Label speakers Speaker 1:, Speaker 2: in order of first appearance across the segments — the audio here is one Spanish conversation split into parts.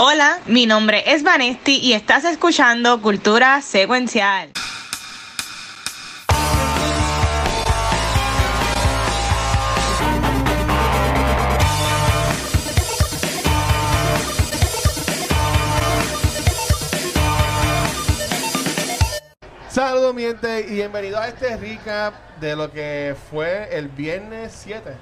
Speaker 1: Hola, mi nombre es Vanesti y estás escuchando Cultura Secuencial.
Speaker 2: Saludos, mi gente, y bienvenido a este recap de lo que fue el viernes 7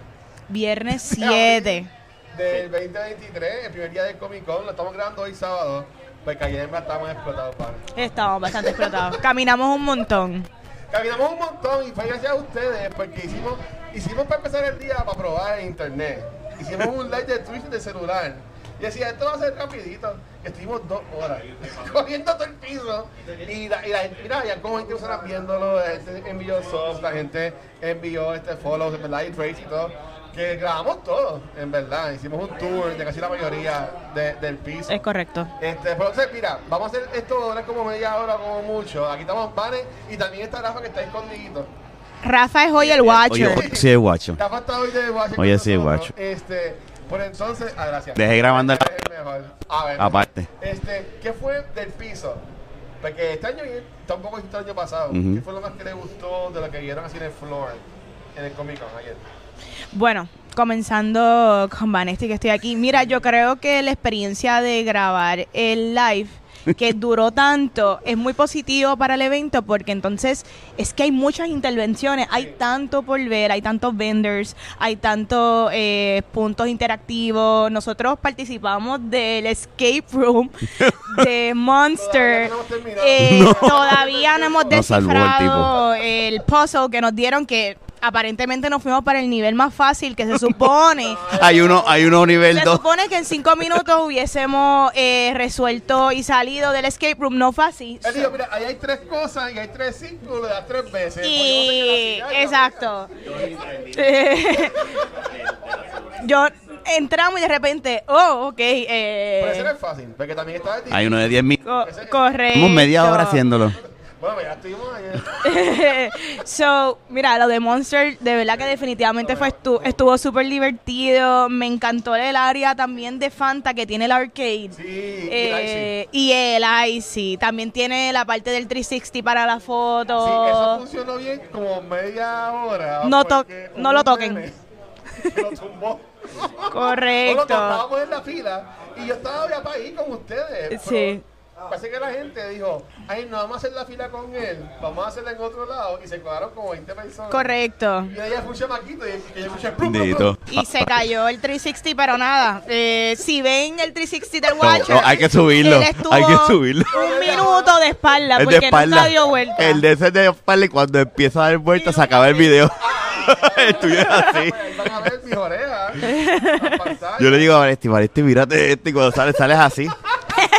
Speaker 3: Viernes 7.
Speaker 2: del 2023, el primer día del Comic Con. Lo estamos grabando hoy sábado, porque ayer en verdad estábamos explotados, padre.
Speaker 3: Estamos bastante explotados. Caminamos un montón.
Speaker 2: Caminamos un montón y fue gracias a ustedes, porque hicimos, hicimos para empezar el día para probar en internet. Hicimos un live de Twitch de celular. Y decía, esto va a ser rapidito. Y estuvimos dos horas cogiendo todo el piso. Y la, y la gente, mira, ya como gente personas viéndolo, la gente envió subs, la gente envió este follows, en verdad, y trades y todo. Que grabamos todo, en verdad. Hicimos un tour de casi la mayoría de- del piso.
Speaker 3: Es correcto.
Speaker 2: Este, pero, entonces, mira, vamos a hacer esto ahora como media hora, como mucho. Aquí estamos Vane y también está Rafa que está escondidito.
Speaker 3: Rafa es hoy el
Speaker 4: Oye,
Speaker 3: watcher.
Speaker 4: hoy sí es guacho.
Speaker 2: Rafa está hoy de guacho.
Speaker 4: Oye,
Speaker 2: con
Speaker 4: sí,
Speaker 2: nosotros.
Speaker 4: guacho.
Speaker 2: Este, por entonces, ah, gracias.
Speaker 4: Dejé grabando la-
Speaker 2: Es mejor. A ver.
Speaker 4: Aparte.
Speaker 2: Este, ¿qué fue del piso? Porque este año y- tampoco es el año pasado.
Speaker 4: Ujú.
Speaker 2: ¿Qué fue lo más que le gustó de lo que vieron así en el floor, en el Comic Con ayer?
Speaker 3: Bueno, comenzando con Vanesti que estoy aquí. Mira, yo creo que la experiencia de grabar el live que duró tanto es muy positivo para el evento porque entonces es que hay muchas intervenciones, hay tanto por ver, hay tantos vendors, hay tantos eh, puntos interactivos. Nosotros participamos del escape room de Monster.
Speaker 2: Todavía no hemos terminado.
Speaker 3: Eh,
Speaker 2: No.
Speaker 3: Todavía no hemos
Speaker 4: No salvó el
Speaker 3: descifrado
Speaker 4: tipo.
Speaker 3: el puzzle que nos dieron que aparentemente nos fuimos para el nivel más fácil que se supone.
Speaker 4: Hay uno, hay uno nivel
Speaker 3: Se
Speaker 4: 2.
Speaker 3: supone que en cinco minutos hubiésemos eh, resuelto y salido del escape room. No fue así.
Speaker 2: Él dijo, mira, ahí hay tres cosas y hay tres círculos, le das tres veces.
Speaker 3: Y
Speaker 2: Porque yo no sé qué era así, ay,
Speaker 3: exacto. Eh, Yo entramos y de repente, oh, ok. eh,
Speaker 2: Pero ese no es fácil, porque también estaba el
Speaker 4: Hay uno de 10 mil.
Speaker 3: co- correcto.
Speaker 4: Tenemos media hora haciéndolo.
Speaker 2: Bueno, ya estuvimos ayer.
Speaker 3: so, mira, lo de Monster, de verdad que definitivamente fue estu- estuvo súper divertido. Me encantó el área también de Fanta que tiene el arcade.
Speaker 2: Sí,
Speaker 3: Eh, y el Icy. También tiene la parte del 360 para la
Speaker 2: Sí, eso
Speaker 3: foto.
Speaker 2: funcionó bien como media hora.
Speaker 3: oh. No to-
Speaker 2: porque
Speaker 3: no
Speaker 2: hubo
Speaker 3: lo
Speaker 2: un
Speaker 3: toquen.
Speaker 2: nene que lo tumbó. No lo
Speaker 3: Correcto.
Speaker 2: estábamos en la fila y yo estaba ya para ahí con ustedes.
Speaker 3: Sí.
Speaker 2: pero Parece que la gente dijo, ay, no vamos a hacer la fila con él, vamos a hacerla en otro lado. Y se cuadraron como 20 personas.
Speaker 3: Correcto.
Speaker 2: Y ella escucha maquito y ella escucha plum, plum, plum.
Speaker 4: Bendito.
Speaker 3: Y se cayó el 360, pero nada. Eh, si ven el 360 del
Speaker 4: No,
Speaker 3: Watcher,
Speaker 4: no, hay que subirlo,
Speaker 3: él estuvo
Speaker 4: hay que subirlo.
Speaker 3: Un minuto de espalda,
Speaker 4: El de
Speaker 3: porque
Speaker 4: espalda.
Speaker 3: nunca dio vuelta.
Speaker 4: El de ese de espalda y cuando empieza a dar vueltas se acaba el video. el tuyo es así.
Speaker 2: Pues ahí van a ver mis orejas. las pantallas.
Speaker 4: Ah, Yo le digo a Valesti, Valesti, mírate esto y cuando sales, sales así.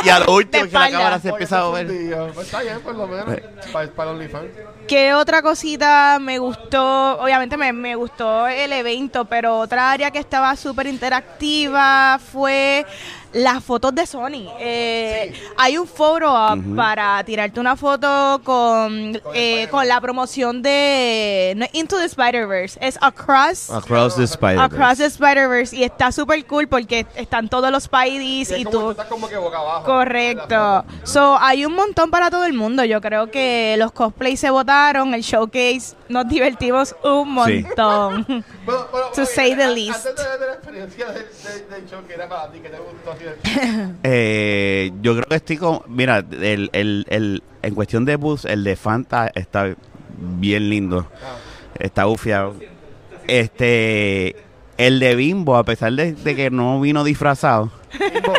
Speaker 4: Y a lo último que la
Speaker 3: espalda.
Speaker 4: cámara
Speaker 2: Oye,
Speaker 4: se empieza a Pues.
Speaker 2: eso es
Speaker 4: mover.
Speaker 2: un día. Pues está bien, por lo menos. Para para OnlyFans.
Speaker 3: ¿Qué otra cosita me gustó? Obviamente me, me gustó el evento, pero otra área que estaba súper interactiva fue las fotos de Sony. Eh, Hay un foro para tirarte una foto con, eh, con la promoción de no, Into the Spider-Verse. Es Across.
Speaker 4: Across the spider
Speaker 3: Across the Spider-Verse y está súper cool porque están todos los
Speaker 2: Y,
Speaker 3: Spideys
Speaker 2: es
Speaker 3: y
Speaker 2: como, tú
Speaker 3: tú
Speaker 2: estás como que boca abajo.
Speaker 3: Correcto. So, hay un montón para todo el mundo. Yo creo que los cosplays se votaron, el showcase, nos divertimos un
Speaker 4: Sí.
Speaker 3: montón.
Speaker 2: Bueno, bueno,
Speaker 3: To
Speaker 2: oye,
Speaker 3: say the
Speaker 2: a-
Speaker 3: least.
Speaker 2: Antes de, de la experiencia del de, del show que era para ti, que te gustó. así del-
Speaker 4: Eh, yo creo que estoy con. Mira, el, el, el, en cuestión de bus, el de Fanta está bien lindo.
Speaker 2: Ah.
Speaker 4: Está bufiado. Este. El de Bimbo, a pesar de, de que no vino disfrazado,
Speaker 2: Bimbo,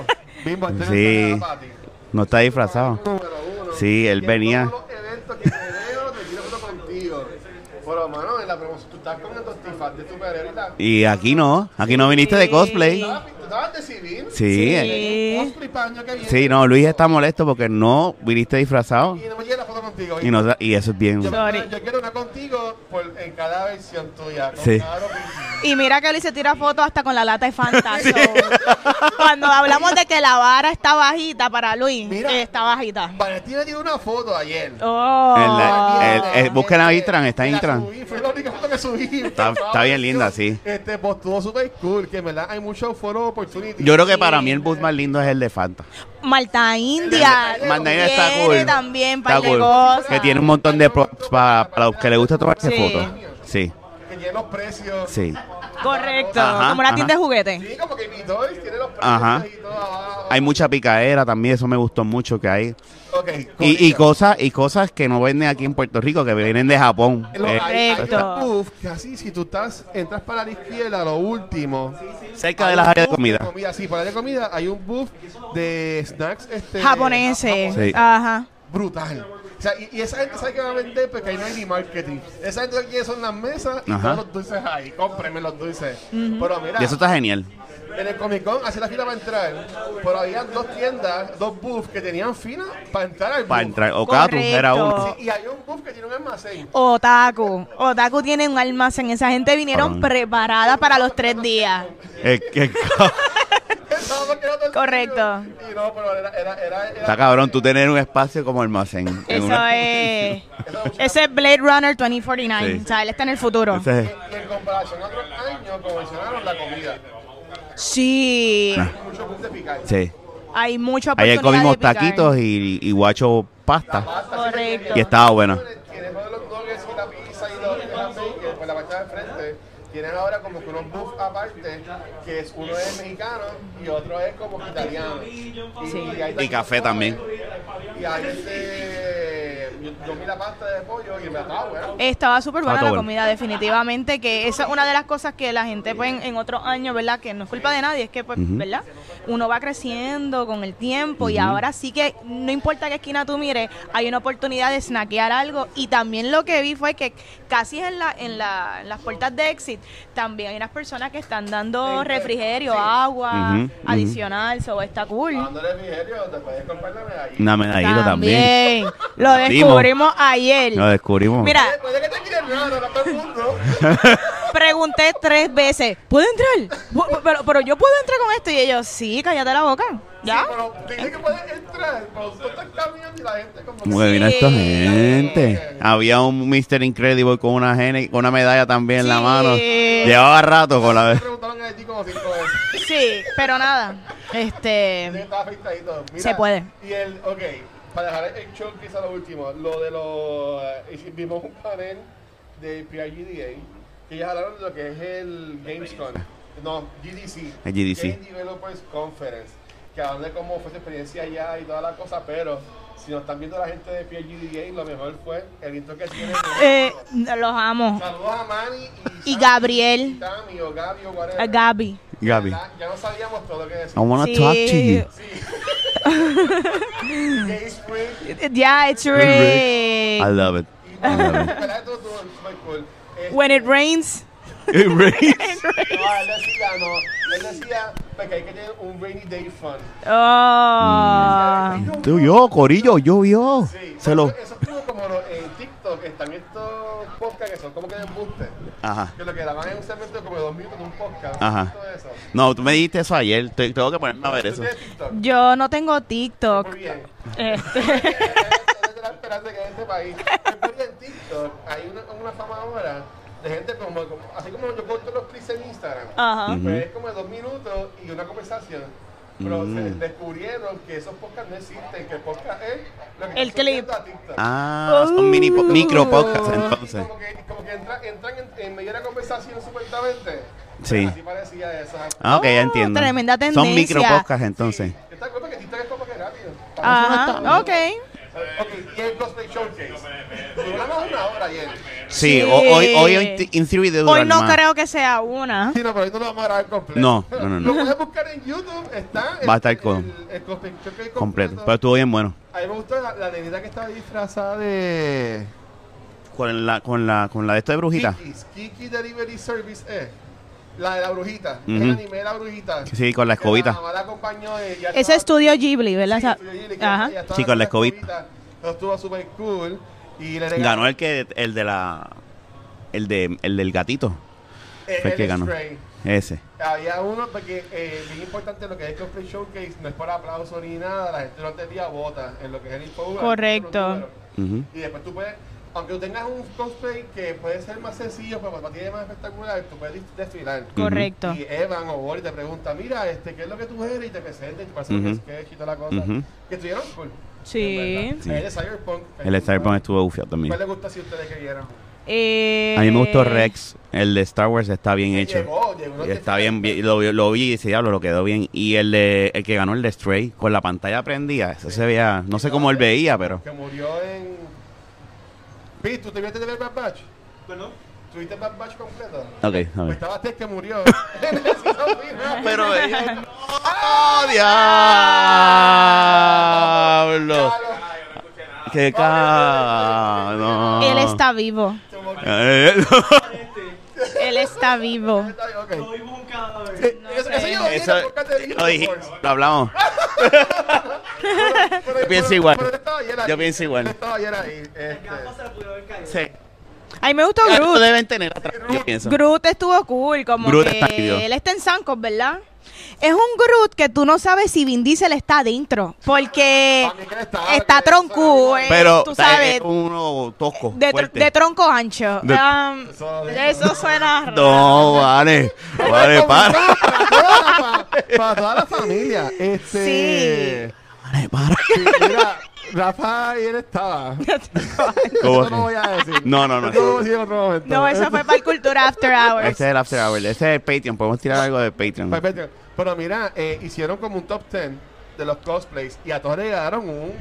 Speaker 2: Bimbo, este
Speaker 4: Sí.
Speaker 2: no para ti.
Speaker 4: no está disfrazado.
Speaker 2: Número uno.
Speaker 4: Sí, él
Speaker 2: Y en
Speaker 4: venía.
Speaker 2: todos los eventos que te veo, me quiero foto contigo. Pero, mano, en la promoción, tú estás con estos tifas de superhéroe y la-
Speaker 4: Y aquí no, aquí no viniste de cosplay.
Speaker 2: Ah, ¿Tú estabas de civil?
Speaker 4: Sí, eh,
Speaker 3: Sí.
Speaker 2: Cosplay para el año que viene.
Speaker 4: sí, no, Luis está molesto porque no viniste disfrazado.
Speaker 2: Y no me llega la foto contigo.
Speaker 4: Y, no- y eso es bien.
Speaker 2: Yo,
Speaker 3: Sorry.
Speaker 2: yo quiero una contigo por, en cada versión tuya. con
Speaker 4: Sí.
Speaker 2: cada locución.
Speaker 3: Y mira que Luis se tira fotos hasta con la lata de Fanta. so, Cuando hablamos de que la vara está bajita para Luis,
Speaker 2: Mira.
Speaker 3: eh, está bajita.
Speaker 2: Valentín me dio una foto ayer.
Speaker 3: Oh.
Speaker 4: En la-
Speaker 2: Ah,
Speaker 4: el- el- busquen a
Speaker 2: este,
Speaker 4: Intran, está
Speaker 2: que
Speaker 4: en
Speaker 2: la
Speaker 4: Intran.
Speaker 2: subí, Fue la única foto que subí.
Speaker 4: Está- está bien linda, sí.
Speaker 2: Este, pues estuvo super cool, que en verdad hay muchos foros opportunity.
Speaker 4: Yo creo que para mí el bus más lindo es el de Fanta.
Speaker 3: Malta India.
Speaker 4: Magdalena está
Speaker 3: tiene
Speaker 4: cool.
Speaker 3: también para
Speaker 4: Está cool. Que tiene un montón de props para, para los que les gusta tomarse
Speaker 3: Sí.
Speaker 4: fotos. Sí,
Speaker 2: Que tiene los precios.
Speaker 4: sí.
Speaker 3: Correcto.
Speaker 4: Ajá,
Speaker 3: como una
Speaker 4: ajá.
Speaker 3: tienda de juguetes.
Speaker 2: Sí, como que mi toys tiene los precios
Speaker 4: Ajá.
Speaker 2: y todo abajo.
Speaker 4: Hay mucha picaera también, eso me gustó mucho que hay.
Speaker 2: Ok,
Speaker 4: Y, y
Speaker 2: correcto.
Speaker 4: cosas y cosas que no venden aquí en Puerto Rico, que vienen de Japón.
Speaker 2: Lo-
Speaker 4: Eh,
Speaker 2: hay- hay
Speaker 3: Correcto.
Speaker 2: un booth que así, si tú estás, entras para la izquierda, lo último.
Speaker 4: cerca de las áreas de comida.
Speaker 2: comida. Sí, para la área de comida hay un booth de snacks este,
Speaker 3: Japoneses.
Speaker 4: Sí.
Speaker 3: Ajá.
Speaker 2: brutal. O sea, y, y esa gente sabe que va a vender porque ahí no hay ni marketing. Esa gente aquí son las mesas y
Speaker 4: Ajá.
Speaker 2: todos los dulces ahí. Cómprenme los dulces. Pero mira,
Speaker 4: Y eso está genial.
Speaker 2: en el Comic Con hacía la fila para entrar, pero había dos tiendas, dos booths que tenían fila para entrar al
Speaker 4: Para
Speaker 2: booth.
Speaker 4: entrar. O cada era uno.
Speaker 2: Sí, y hay un booth que tiene un almacén.
Speaker 3: Otaku. Otaku tiene un almacén. Esa gente vinieron
Speaker 4: Ah.
Speaker 3: preparada para los tres días.
Speaker 4: Eh, que-
Speaker 2: Estaba porque era todo el
Speaker 3: Correcto.
Speaker 2: sitio. Y no, pero era, era, era, era-
Speaker 4: está cabrón tú tener un espacio como almacén. en
Speaker 3: Eso
Speaker 4: una-
Speaker 3: es. Ese es Blade Runner 2049.
Speaker 4: Sí.
Speaker 3: O sea, él está en el futuro.
Speaker 4: Ese es-
Speaker 2: Y en comparación a otros años, como mencionaron, la comida.
Speaker 3: Sí.
Speaker 2: Mucho booth de picar.
Speaker 4: sí.
Speaker 3: Hay mucha
Speaker 4: Ah. Ahí
Speaker 3: oportunidad.
Speaker 4: comimos
Speaker 3: de picar.
Speaker 4: taquitos y, y guacho pasta.
Speaker 3: Correcto.
Speaker 4: Y estaba bueno.
Speaker 2: Tienes todos los nuggets y la pizza y los que por la parte de frente. Tienen ahora como que unos buffs aparte, que es uno es mexicano y otro es como que italiano. Y,
Speaker 3: Sí.
Speaker 2: hay
Speaker 4: Y café también.
Speaker 2: Y ahí se... Yo comí la pasta de pollo y me acabo, ¿verdad?
Speaker 3: Estaba súper buena
Speaker 4: Estaba
Speaker 3: la
Speaker 4: todo
Speaker 3: comida, definitivamente, que esa es una de las cosas que la gente pues en, en otros años, ¿verdad? Que no es culpa de nadie, es que pues, ¿verdad? Uno va creciendo con el tiempo y ahora sí que no importa qué esquina tú mires, hay una oportunidad de snackear algo y también lo que vi fue que casi en, la, en, la- en las puertas de exit también hay unas personas que están dando refrigerio, agua
Speaker 4: Ujú, ujú.
Speaker 3: adicional, so está cool.
Speaker 2: Dándole refrigerio, te puedes comprar la medallita.
Speaker 4: Una medallita también.
Speaker 3: También. Lo
Speaker 4: Abrimos.
Speaker 3: descubrimos ayer.
Speaker 4: Lo descubrimos.
Speaker 3: Mira,
Speaker 2: Después de que te quiten nada, no todo el mundo.
Speaker 3: Pregunté tres veces, ¿puedo entrar? Bu- bu- Pero, pero yo puedo entrar con esto. Y ellos, sí, cállate la boca. ¿Ya?
Speaker 2: Sí, pero dice que puedes entrar, pero tú estás caminando y la gente como...
Speaker 4: Como que vino
Speaker 3: Sí.
Speaker 4: esta gente. Había un Mr. Incredible con una gene- con una medalla también en la
Speaker 3: Sí.
Speaker 4: mano. Llevaba rato con
Speaker 2: Me
Speaker 4: la
Speaker 2: preguntaron a ti como cinco veces.
Speaker 3: Sí, pero nada.
Speaker 2: Sí,
Speaker 3: Este.
Speaker 2: estaba afeitadito. Mira,
Speaker 3: Se puede.
Speaker 2: Y el, ok, para dejar el show que es a lo último, lo de los. eh, hici- vimos un panel de PRGDA que ellos hablaron de lo que es el GamesCon. No, GDC.
Speaker 4: El GDC.
Speaker 2: Game Developers Conference. Que hablan de cómo fue su experiencia allá y toda la cosa, pero si nos están viendo la gente de PRGDA, lo mejor fue el visto que tienen.
Speaker 3: eh, los amo.
Speaker 2: Saludos a Manny y,
Speaker 3: Y
Speaker 2: Sam,
Speaker 3: Gabriel.
Speaker 2: y Tami o Gabi o whatever.
Speaker 3: A Gaby.
Speaker 4: Gaby.
Speaker 2: Ya, ya no sabíamos todo lo que decir.
Speaker 4: I wanna
Speaker 3: Sí. eh.
Speaker 4: talk to you.
Speaker 2: Games Freak,
Speaker 3: Yeah, it's
Speaker 4: Rick. I
Speaker 3: Rick.
Speaker 4: love it. I love it.
Speaker 3: When it rains.
Speaker 4: Rick.
Speaker 2: Este, No, él decía, no. Él decía pues, que hay que tener un rainy day fun.
Speaker 3: Oh.
Speaker 4: Tú, yo, Corillo, yo, yo.
Speaker 2: Sí.
Speaker 4: Se lo.
Speaker 2: Eso eso estuvo como lo- en TikTok, que están estos podcasts que son como que de embuste.
Speaker 4: Ajá.
Speaker 2: Que lo que daban en un segmento como de dos minutos de un podcast.
Speaker 4: Ajá.
Speaker 2: Todo eso.
Speaker 4: No, tú me dijiste eso ayer. Te- Tengo que ponerme a ver
Speaker 2: ¿Tú
Speaker 4: eso.
Speaker 2: tienes TikTok?
Speaker 3: Yo no tengo TikTok.
Speaker 2: Muy bien.
Speaker 3: Este.
Speaker 2: Esa es la esperanza que hay en este país. Después en TikTok hay una, una fama ahora de gente como, como- así como yo corto los clips en Instagram.
Speaker 3: Ajá.
Speaker 2: Pues es como de dos minutos y una conversación. Pero
Speaker 4: Mm.
Speaker 2: se descubrieron que esos podcasts no existen, que el podcast es lo que
Speaker 3: El
Speaker 2: está subiendo
Speaker 3: clip.
Speaker 2: a TikTok.
Speaker 4: Ah, son mini po-
Speaker 3: Oh.
Speaker 4: micro podcasts
Speaker 2: Y
Speaker 4: entonces.
Speaker 2: como que, como que entra- entran en, en medio de la conversación supuestamente. Pues
Speaker 4: Sí.
Speaker 2: Así parecía eso.
Speaker 4: Ah, ok, ya
Speaker 3: Oh,
Speaker 4: entiendo.
Speaker 3: tremenda
Speaker 4: Son
Speaker 3: tendencia.
Speaker 4: micro podcasts entonces.
Speaker 2: ¿Te das cuenta que TikTok es como que rápido?
Speaker 3: Ajá. Ok.
Speaker 2: Ok, y el Cosplay Showcase. Duró más de una hora ayer.
Speaker 3: Sí.
Speaker 4: Sí, o- hoy, hoy, en t- en theory de
Speaker 3: Hoy
Speaker 4: durar
Speaker 3: no
Speaker 4: más.
Speaker 3: creo que sea una.
Speaker 2: Sí, no, pero ahí no lo vamos a grabar completo.
Speaker 4: No, no, no, no.
Speaker 2: Lo puedes buscar en YouTube, está. el-
Speaker 4: Va a estar
Speaker 2: el-
Speaker 4: con-
Speaker 2: el Cosplay Showcase
Speaker 4: Completo. Pero estuvo bien bueno.
Speaker 2: A mí me gustó la, la nenita que estaba disfrazada de.
Speaker 4: Con la, con la, con la de esta de brujita.
Speaker 2: Kiki's, Kiki Delivery Service eh. La de la brujita.
Speaker 4: Ujú.
Speaker 2: El anime de la brujita.
Speaker 4: Sí, con la
Speaker 2: Que
Speaker 4: escobita.
Speaker 2: La mamá la acompañó. eh, ya
Speaker 3: Ese
Speaker 2: estaba-
Speaker 3: estudio Ghibli, ¿verdad?
Speaker 2: Sí,
Speaker 3: Esa-
Speaker 2: estudio Ghibli, que
Speaker 3: Ajá.
Speaker 2: ya estaba
Speaker 4: Sí, con la escobita.
Speaker 2: Pero Eso estuvo súper cool. Y le regaló
Speaker 4: Ganó el que el de la el de el del gatito.
Speaker 2: el,
Speaker 4: Fue el que
Speaker 2: el
Speaker 4: ganó.
Speaker 2: spray.
Speaker 4: Ese.
Speaker 2: Había uno, porque eh, bien importante lo que es el Cosplay Showcase, no es por aplauso ni nada, la gente durante el día vota en lo que es el info.
Speaker 3: Correcto.
Speaker 4: Ujú.
Speaker 2: Y después tú puedes, aunque tú tengas un cosplay que puede ser más sencillo, pero para ti es más espectacular, tú puedes desfilar.
Speaker 3: Correcto.
Speaker 2: Y Evan o Boris te pregunta, mira, este, ¿qué es lo que tú eres? Y te presenta y te pasa
Speaker 4: Ujú.
Speaker 2: un sketch y toda la cosa.
Speaker 4: Ujú.
Speaker 2: Que estuvieron cool.
Speaker 3: Sí.
Speaker 2: en verdad.
Speaker 4: Sí.
Speaker 2: El de Cyberpunk.
Speaker 4: El Cyberpunk estuvo bufiado también.
Speaker 2: ¿Cuál le gusta si ustedes querían?
Speaker 3: Eh,
Speaker 4: A mí me gustó Rex, el de Star Wars está bien hecho.
Speaker 2: Llegó, llegó. unos
Speaker 4: Está
Speaker 2: diferentes.
Speaker 4: bien, vi- lo, vi- lo vi y dice, diablo, lo quedó bien. Y el, de, el que ganó el de Stray, con la pantalla prendida, eso se veía, no sé cómo él veía, pero...
Speaker 2: Que murió en... Pete, ¿tú te viste de ver Bad Batch?
Speaker 5: Bueno,
Speaker 2: ¿Tuviste Bad Batch completo?
Speaker 4: Ok, a
Speaker 2: Pues
Speaker 4: ver.
Speaker 2: estaba Ted que murió. En el season final.
Speaker 4: Pero eh, ellos... ¡Oh, diablo!
Speaker 2: Claro.
Speaker 5: yo no escuché nada.
Speaker 4: ¡Qué ca- no.
Speaker 3: Él está vivo.
Speaker 2: Se murió.
Speaker 4: Eh,
Speaker 5: Este,
Speaker 3: Él está vivo.
Speaker 2: Ok.
Speaker 5: lo vimos un cadáver.
Speaker 2: Eh, eso, eso yo lo vi en
Speaker 4: Eso,
Speaker 2: el podcast de Disney
Speaker 4: lo dije,
Speaker 2: Wars.
Speaker 4: lo hablamos.
Speaker 3: Ah,
Speaker 2: Pero- pero-
Speaker 4: pienso
Speaker 2: pero-
Speaker 4: igual.
Speaker 2: pero él estaba ayer
Speaker 4: Yo
Speaker 2: ahí.
Speaker 4: pienso igual.
Speaker 2: Él estaba ayer ahí, este.
Speaker 5: El campo se le pudo haber caído.
Speaker 4: Sí.
Speaker 3: A mí me gustó
Speaker 4: Ah, Lo
Speaker 3: Groot.
Speaker 4: deben tener atrás, yo pienso.
Speaker 3: Groot estuvo cool, como
Speaker 4: Groot
Speaker 3: que
Speaker 4: está vivo.
Speaker 3: él está en zancos, ¿verdad? Es un Groot que tú no sabes si Vin Diesel está adentro, porque
Speaker 2: Para mí que él estaba,
Speaker 3: está
Speaker 2: que-
Speaker 3: troncú, eh,
Speaker 4: Pero
Speaker 3: tú
Speaker 4: está-
Speaker 3: sabes,
Speaker 4: es uno tosco,
Speaker 3: de, tr-
Speaker 4: fuerte.
Speaker 3: de tronco ancho.
Speaker 4: De-
Speaker 3: Um,
Speaker 2: Eso-
Speaker 3: eso suena raro.
Speaker 4: No, vale. Vale, para.
Speaker 2: Para toda, la- para toda la familia. Este.
Speaker 4: Vale, para.
Speaker 2: Sí, Mira, Rafa y él estaba.
Speaker 4: ¿Cómo
Speaker 2: Eso no voy a decir.
Speaker 4: No, no, no.
Speaker 2: Eso lo voy a decir en otro momento. Este,
Speaker 3: No, eso fue para el Cultura After Hours.
Speaker 4: Este es el After Hour. Este es el Patreon. Podemos tirar algo de Patreon.
Speaker 3: Pues,
Speaker 2: Perfecto. pues, Pero mira, eh, hicieron como un top 10 de los cosplays y a todos le llegaron un.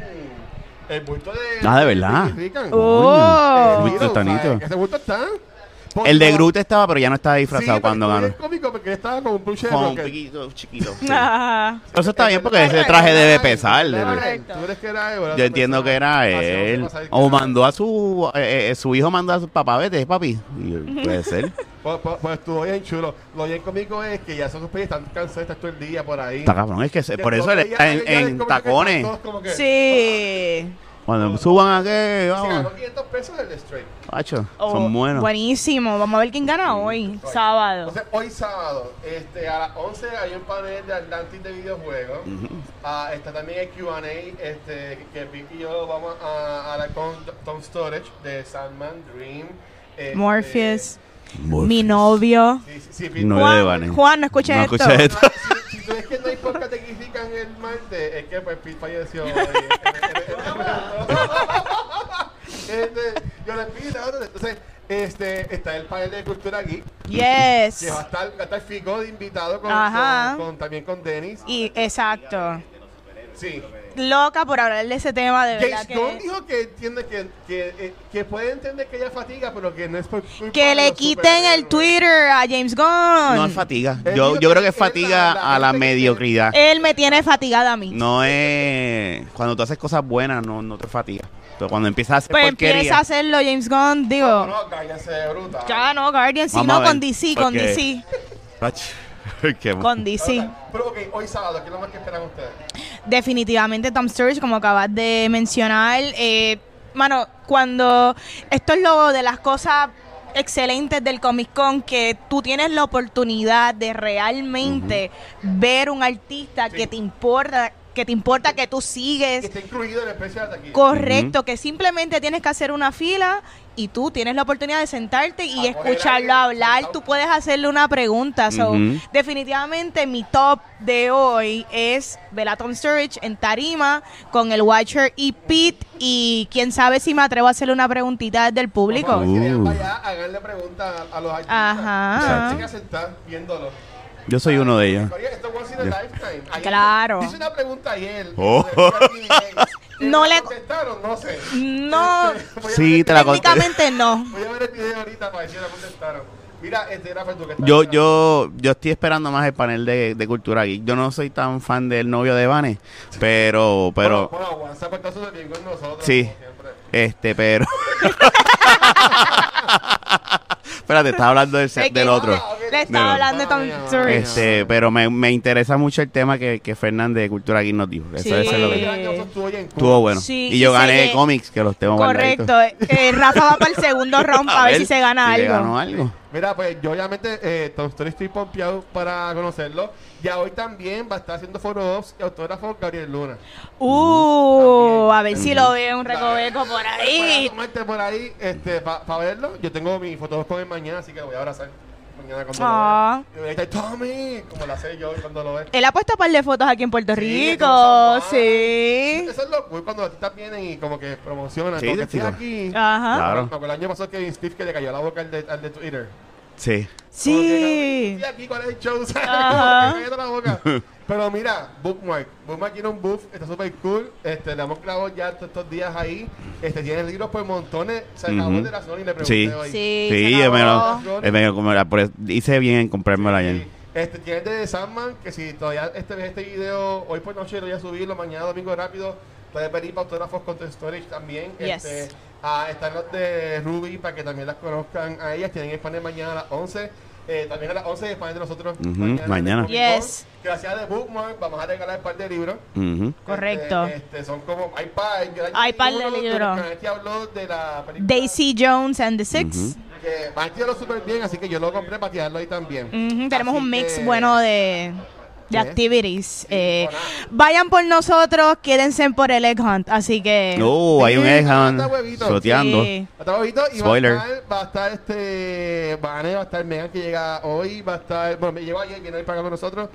Speaker 2: El bulto de.
Speaker 4: Ah, de verdad.
Speaker 2: Ricky Rican.
Speaker 3: Oh.
Speaker 4: El bulto
Speaker 2: o sea,
Speaker 4: está nítido.
Speaker 2: Ese bulto está.
Speaker 4: El de Groot estaba, pero ya no estaba
Speaker 2: Sí,
Speaker 4: disfrazado
Speaker 2: pero
Speaker 4: cuando
Speaker 2: estuvo
Speaker 4: ganó.
Speaker 2: bien cómico porque estaba con un peluche de
Speaker 4: Con un
Speaker 2: Rocket.
Speaker 4: piquito chiquito. sí.
Speaker 3: Ah,
Speaker 4: Eso está bien porque ese traje debe pesar. debe-
Speaker 2: Correcto. Tú eres que era él, ¿verdad?
Speaker 4: Yo entiendo que era
Speaker 2: Ah, sí, vamos a
Speaker 4: él.
Speaker 2: pasar el
Speaker 4: O
Speaker 2: que-
Speaker 4: mandó a su... eh, eh, su hijo mandó a su papá. Vete, papi. Y yo, Puede ser.
Speaker 2: Pues, pues- pues estuvo bien chulo. Lo bien cómico es que ya esos cosplays están cansados de estar todo el día por ahí.
Speaker 4: Está cabrón. Es que se-
Speaker 2: Y
Speaker 4: por eso él
Speaker 2: entonces
Speaker 4: está
Speaker 2: ya-
Speaker 4: en,
Speaker 2: ya es
Speaker 4: en
Speaker 2: como que Oh.
Speaker 4: tacones.
Speaker 2: todos como que-
Speaker 3: sí.
Speaker 4: Cuando suban a qué,
Speaker 2: Se
Speaker 4: vamos.
Speaker 2: ganó 500 pesos el straight.
Speaker 4: Pacho,
Speaker 3: Oh,
Speaker 4: son buenos.
Speaker 3: Buenísimo. Vamos a ver quién gana hoy, sábado.
Speaker 2: Entonces, hoy sábado, este, a las 11 hay un panel de Atlantis de videojuegos. Ah, está también el QA, este, que Vicky y yo vamos a, a la con Tom Storage de Sandman Dream. este,
Speaker 3: Morpheus, mi novio.
Speaker 2: Sí, sí, sí, Vicky-
Speaker 4: No Novio de Vanessa.
Speaker 3: Juan, Juan, no escuché
Speaker 4: No
Speaker 3: esto.
Speaker 4: escuché esto.
Speaker 2: si, si tú ves que no hay podcast de critican el martes, es que pues Pete falleció. eh, en- en- en- en- Este, yo les pido ahora, entonces, este, está el panel de cultura geek, que
Speaker 3: Yes.
Speaker 2: va a estar, va a estar Fico de invitado con,
Speaker 3: Ajá.
Speaker 2: con- con- también con Denis.
Speaker 3: Y exacto.
Speaker 2: Sí.
Speaker 3: Loca por hablar de ese tema, de verdad
Speaker 2: James Gunn
Speaker 3: que
Speaker 2: dijo que entiende que, que, eh, que puede entender que ella fatiga, pero que no es por culpa
Speaker 3: que
Speaker 2: de
Speaker 3: le
Speaker 2: los
Speaker 3: quiten el
Speaker 2: superhéroes.
Speaker 3: Twitter a James
Speaker 4: No es
Speaker 3: Gunn.
Speaker 4: fatiga.
Speaker 2: Él
Speaker 4: Yo,
Speaker 2: dijo que
Speaker 4: yo creo que es
Speaker 2: es la-
Speaker 4: fatiga
Speaker 2: la
Speaker 4: a la
Speaker 2: gente que-
Speaker 4: mediocridad.
Speaker 3: Él me tiene fatigada a mí.
Speaker 4: No es. Cuando tú haces cosas buenas, no, no te fatiga. Pero cuando empiezas a hacer
Speaker 3: pues
Speaker 4: porquería.
Speaker 3: empieza a hacerlo James Gunn, digo.
Speaker 2: No, cállese de bruta.
Speaker 3: Ya no, Guardian, sí,
Speaker 4: Vamos a
Speaker 3: no,
Speaker 4: ver,
Speaker 3: con DC, con
Speaker 4: porque-
Speaker 3: DC,
Speaker 4: Ach, qué mo-
Speaker 3: con DC.
Speaker 2: Pero ok, hoy sábado, ¿qué es lo más que esperan ustedes?
Speaker 3: Definitivamente Tom Sturridge, como acabas de mencionar, eh, mano, cuando esto es lo de las cosas excelentes del Comic Con, que tú tienes la oportunidad de realmente ver un artista que te importa, que te importa, que tú
Speaker 2: Que
Speaker 3: sigues.
Speaker 2: está incluido en el especial de aquí.
Speaker 3: Correcto, que simplemente tienes que hacer una fila y tú tienes la oportunidad de sentarte y
Speaker 2: A coger aire,
Speaker 3: escucharlo hablar.
Speaker 2: sentado.
Speaker 3: Tú puedes hacerle una pregunta. So,
Speaker 4: Ujú.
Speaker 3: definitivamente mi top de hoy es Bella Tom Sturridge en Tarima con el Watcher y Pete. Y quién sabe si me atrevo a hacerle una preguntita desde el público.
Speaker 2: Vamos a ver si vayan
Speaker 4: Uh.
Speaker 2: para allá, háganle preguntas a, a los artistas.
Speaker 3: Ajá.
Speaker 2: Ustedes tienen que sentar viéndolo.
Speaker 4: Yo soy uno de ellos.
Speaker 2: Oye, esto es once in a lifetime. Ayer-
Speaker 3: Claro.
Speaker 2: Hice una pregunta ayer.
Speaker 4: Oh.
Speaker 3: No le-
Speaker 2: contestaron, no sé.
Speaker 3: No,
Speaker 2: Este, voy a
Speaker 4: Sí,
Speaker 2: ver-
Speaker 4: te la conté.
Speaker 3: técnicamente no.
Speaker 2: Voy a ver el video ahorita para ver si la contestaron. Mira, este Rafael, tú que estás
Speaker 4: Yo,
Speaker 2: acá.
Speaker 4: yo, yo estoy esperando más el panel de, de cultura geek. Yo no soy tan fan del novio de Vane, pero, pero, este,
Speaker 2: Bueno, bueno, Juan se ha portado súper bien con nosotros.
Speaker 4: Sí.
Speaker 2: como siempre.
Speaker 4: este, pero. Espérate, estaba hablando del,
Speaker 3: Es que
Speaker 4: del otro.
Speaker 3: Le
Speaker 4: Del
Speaker 3: estaba
Speaker 4: otro.
Speaker 3: hablando de Tom
Speaker 2: Ah,
Speaker 3: Turner.
Speaker 2: Ay,
Speaker 4: Este,
Speaker 2: no.
Speaker 4: pero me, me interesa mucho el tema que, que Fernández de Cultura aquí nos dijo. Eso,
Speaker 3: Sí.
Speaker 4: eso es lo que
Speaker 2: Este año estuvo bien cool.
Speaker 4: estuvo bueno.
Speaker 3: Sí,
Speaker 4: y yo
Speaker 3: y
Speaker 4: gané
Speaker 3: sigue-
Speaker 4: cómics que los tengo guardaditos.
Speaker 3: Correcto. eh, Rafa va para el segundo round para ver si se gana
Speaker 4: si le
Speaker 3: algo.
Speaker 4: ganó algo.
Speaker 2: Mira, pues yo obviamente eh, Tom Story estoy pompeado para conocerlo. Ya hoy también va a estar haciendo photo ops y autógrafo Gabriel Luna.
Speaker 3: Uh, a ver
Speaker 2: También.
Speaker 3: si lo veo un recoveco por
Speaker 2: Para
Speaker 3: ahí.
Speaker 2: tomarte por ahí, este, para verlo, yo tengo mi foto con él mañana, así que lo voy a abrazar. Mañana cuando
Speaker 3: Ah.
Speaker 2: lo vea. Y voy a estar, Tommy, como la sé yo cuando lo ve.
Speaker 3: Él ha puesto un par de fotos aquí en Puerto
Speaker 2: Sí,
Speaker 3: Rico.
Speaker 2: que
Speaker 3: Sí.
Speaker 2: Eso es lo cool cuando los artistas vienen y como que promocionan.
Speaker 4: Sí,
Speaker 2: como que
Speaker 4: sí,
Speaker 2: estoy
Speaker 4: sí.
Speaker 2: aquí.
Speaker 3: Ajá.
Speaker 4: Claro.
Speaker 2: Me acuerdo el año pasado que Steve que le cayó la boca al de, al de Twitter.
Speaker 4: Sí.
Speaker 2: Como que,
Speaker 3: Sí.
Speaker 2: estoy aquí con el show, ¿sabes?
Speaker 3: Ajá.
Speaker 2: Como que cállate la boca. Pero mira, Bookmark. Bookmark tiene un buff, está súper cool. Este, le hemos clavado ya todos estos días ahí. Este, tiene libros por montones. Se acabó
Speaker 4: Ujú.
Speaker 2: el de la Sony, le pregunté
Speaker 4: Sí.
Speaker 2: hoy.
Speaker 3: Sí.
Speaker 4: Sí,
Speaker 3: se
Speaker 4: yo me
Speaker 3: acabó.
Speaker 4: lo, eh, me lo- como era, por eso hice bien en comprármelo ayer.
Speaker 2: Sí. Este, tiene el de Sandman, que si todavía este, ves este video, hoy por noche lo voy a subirlo, mañana domingo rápido. Puedes pedir para autógrafos con tu storage también.
Speaker 3: Yes.
Speaker 2: Este, ah, están los de Ruby para que también las conozcan a ellas. Tienen el panel mañana a las 11. Eh, también a las 11 el panel de nosotros.
Speaker 4: Ujú,
Speaker 2: en
Speaker 4: mañana.
Speaker 2: el Comic Con.
Speaker 3: Yes.
Speaker 2: Gracias de Bookmark, vamos a regalar un par de libros.
Speaker 4: Ujú.
Speaker 3: Correcto.
Speaker 2: Este, este, son como. Hay par, yo-
Speaker 3: Hay par de
Speaker 2: uno,
Speaker 3: libros.
Speaker 2: Vanetti habló de la película.
Speaker 3: Daisy Jones and the Six.
Speaker 2: Que Vanetti habló súper bien, así que yo lo compré para tirarlo ahí también.
Speaker 3: Ujú, Tenemos
Speaker 2: Así
Speaker 3: un mix
Speaker 2: que-
Speaker 3: bueno de, de
Speaker 2: ¿Qué?
Speaker 3: activities. Eh,
Speaker 2: por ahí.
Speaker 3: vayan por nosotros, quédense por el Egg Hunt. Así que.
Speaker 4: Oh, hay un
Speaker 2: Sí,
Speaker 4: Egghound
Speaker 2: anda, huevito.
Speaker 4: soteando.
Speaker 3: Eh, Sí.
Speaker 2: Hasta bobito, y
Speaker 4: Spoiler.
Speaker 2: Va, a estar, va a estar este Vane, va a estar Megan que llega hoy, va a estar, bueno, me llegó ayer, viene hoy para acá con nosotros.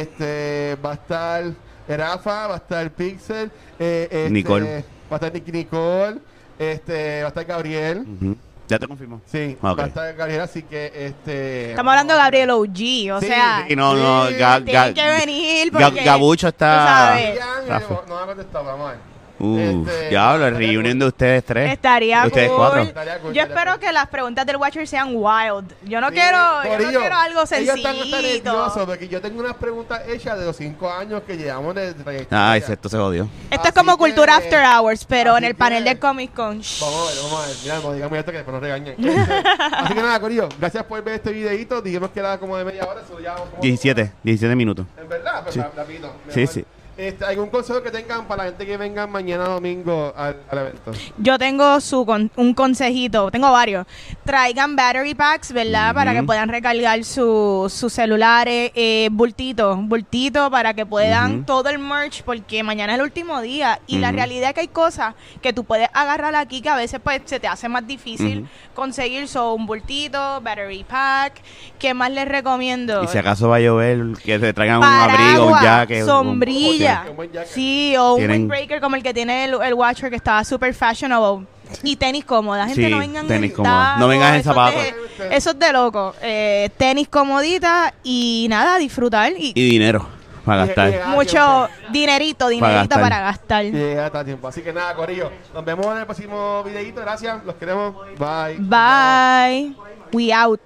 Speaker 2: Este, va a estar Rafa, va a estar Pixel, eh, este,
Speaker 4: Nicole.
Speaker 2: Va a estar Nic- Nicole, este, va a estar Gabriel.
Speaker 4: Ujú. Ya te confirmó.
Speaker 2: Sí,
Speaker 4: Ah, ok.
Speaker 2: va a estar Gabriel, así que este
Speaker 3: Estamos hablando de Gabriel OG, o
Speaker 2: Sí,
Speaker 3: sea.
Speaker 4: Y no,
Speaker 2: Sí,
Speaker 4: no, Ga- Ga-
Speaker 3: Ah, tienen que venir
Speaker 4: Ga-
Speaker 3: porque
Speaker 4: Gabucho
Speaker 3: tú
Speaker 4: está.
Speaker 3: sabes.
Speaker 2: Jan, eh,
Speaker 4: Rafa.
Speaker 2: no ha contestado, vamos a ver.
Speaker 4: Uf,
Speaker 2: Este,
Speaker 4: ya hablo, el
Speaker 2: estaría
Speaker 4: reunión
Speaker 2: cool.
Speaker 4: de ustedes tres.
Speaker 3: Estaría
Speaker 4: Eh, De ustedes
Speaker 3: cool.
Speaker 4: cuatro.
Speaker 2: Estaría cool,
Speaker 3: Yo
Speaker 2: estaría
Speaker 3: espero
Speaker 2: cool.
Speaker 3: que las preguntas del Watcher sean wild. Yo no
Speaker 2: Sí,
Speaker 3: quiero, yo no
Speaker 2: corillo,
Speaker 3: quiero algo
Speaker 2: ellos están- están nerviosos
Speaker 3: sencillito.
Speaker 2: porque yo tengo unas preguntas hechas de los cinco años que llevamos de trayectoria.
Speaker 4: Ay, esto se jodió.
Speaker 3: Esto
Speaker 2: Así
Speaker 3: es como
Speaker 2: que-
Speaker 3: cultura after hours, pero
Speaker 2: así
Speaker 3: en el
Speaker 2: que-
Speaker 3: panel de Comic Con. Shh.
Speaker 2: Vamos a ver, vamos a ver. Mira, no digamos esto que después nos regañen. Este, Así que nada, Corillo, gracias por ver este videito. Digamos que era como de media hora, eso ya vamos como-
Speaker 4: 17, 17 minutos.
Speaker 2: En verdad, pero
Speaker 4: Sí.
Speaker 2: ra- rapidito. mi
Speaker 4: Sí,
Speaker 2: amor.
Speaker 4: sí.
Speaker 2: Este, ¿Algún consejo que tengan para la gente que venga mañana domingo al, al evento?
Speaker 3: Yo tengo su con- un consejito, tengo varios. Traigan battery packs, ¿verdad? Para que
Speaker 4: Ujú.
Speaker 3: puedan recargar su- sus celulares, eh, bultitos, bultitos para que puedan
Speaker 4: Ujú.
Speaker 3: todo el merch, porque mañana es el último día y la
Speaker 4: Ujú.
Speaker 3: realidad es que hay cosas que tú puedes agarrar aquí que a veces pues se te hace más difícil conseguir. So, un bultito, battery pack, ¿qué más les recomiendo?
Speaker 4: Y si acaso va a llover, que se traigan un abrigo, un
Speaker 3: Paraguas,
Speaker 4: jaque. un-
Speaker 3: sombrilla.
Speaker 2: Un buen jacket.
Speaker 3: Sí, o un
Speaker 4: Tienen-
Speaker 3: windbreaker como el que tiene el, el Watcher que estaba super fashionable. Y tenis cómodas. Gente,
Speaker 4: Sí,
Speaker 3: no vengan
Speaker 4: tenis
Speaker 3: en
Speaker 4: cómodas. No vengan en
Speaker 3: eso
Speaker 4: zapatos.
Speaker 3: es de- Eso es de loco. Eh, tenis comodita y nada, disfrutar. Y,
Speaker 4: Y dinero para
Speaker 2: Y- y-
Speaker 4: gastar.
Speaker 2: y-
Speaker 3: mucho dinerito, dinerito
Speaker 4: gastar.
Speaker 3: para gastar.
Speaker 2: Llega hasta tiempo. Así que nada, Corillo, nos vemos en el próximo videito. Gracias, los queremos. Bye.
Speaker 3: Bye. We out.